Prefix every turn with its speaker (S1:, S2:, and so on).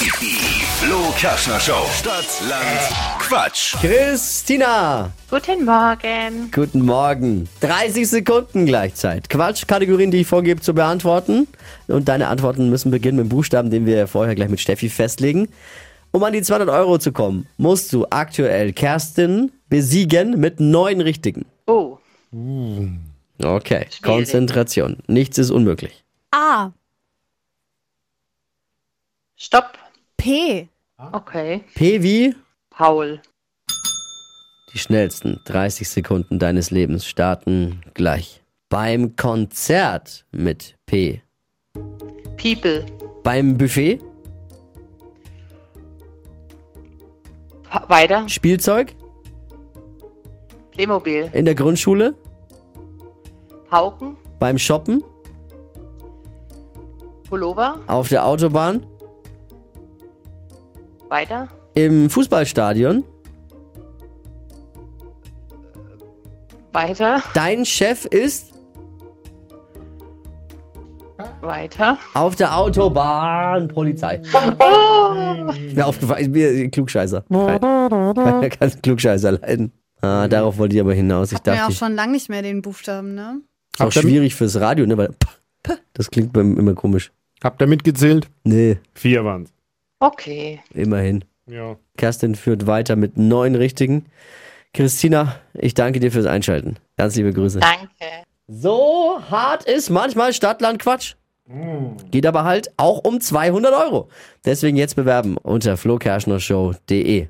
S1: Die Flo Kaschner Show. Stadt, Land, Quatsch.
S2: Christina,
S3: Guten Morgen.
S2: guten Morgen. 30 Sekunden gleichzeit. Quatsch, Kategorien, die ich vorgebe zu beantworten. Und deine Antworten müssen beginnen mit dem Buchstaben, den wir vorher gleich mit Steffi festlegen. Um an die 200 Euro zu kommen, musst du aktuell Kerstin besiegen mit neun Richtigen.
S3: Oh,
S2: Okay, Konzentration. Nichts ist unmöglich.
S4: A.
S3: stopp.
S4: P.
S3: Okay.
S2: P wie
S3: Paul.
S2: die schnellsten 30 Sekunden deines Lebens starten gleich. Beim Konzert mit P.
S3: People.
S2: Beim Buffet,
S3: Pa weiter.
S2: Spielzeug,
S3: Playmobil.
S2: in der Grundschule,
S3: Pauken.
S2: beim Shoppen,
S3: Pullover.
S2: auf der Autobahn,
S3: Weiter.
S2: im Fußballstadion.
S3: Weiter.
S2: Dein Chef ist
S3: Weiter.
S2: auf der Autobahn Polizei. Ist mir aufgefallen, ist mir Klugscheißer. Keiner kann Klugscheißer leiden. Ah, darauf wollte ich aber hinaus. Ich
S4: Hat man ja
S2: dachte,
S4: auch
S2: ich
S4: schon lange nicht mehr den Buchstaben, ne?
S2: ist auch
S5: Habt ihr-
S2: schwierig fürs Radio, ne? Weil, pff, das klingt beim immer komisch.
S5: Habt ihr mitgezählt?
S2: Nee,
S5: Vier waren's.
S3: Okay.
S2: immerhin.
S5: Ja.
S2: Kerstin führt weiter mit neun Richtigen. Christina, ich danke dir fürs Einschalten. Ganz liebe Grüße.
S3: Danke.
S2: So hart ist manchmal Stadtland Quatsch. Geht aber halt auch um 200 Euro. Deswegen jetzt bewerben unter flokerschnershow.de.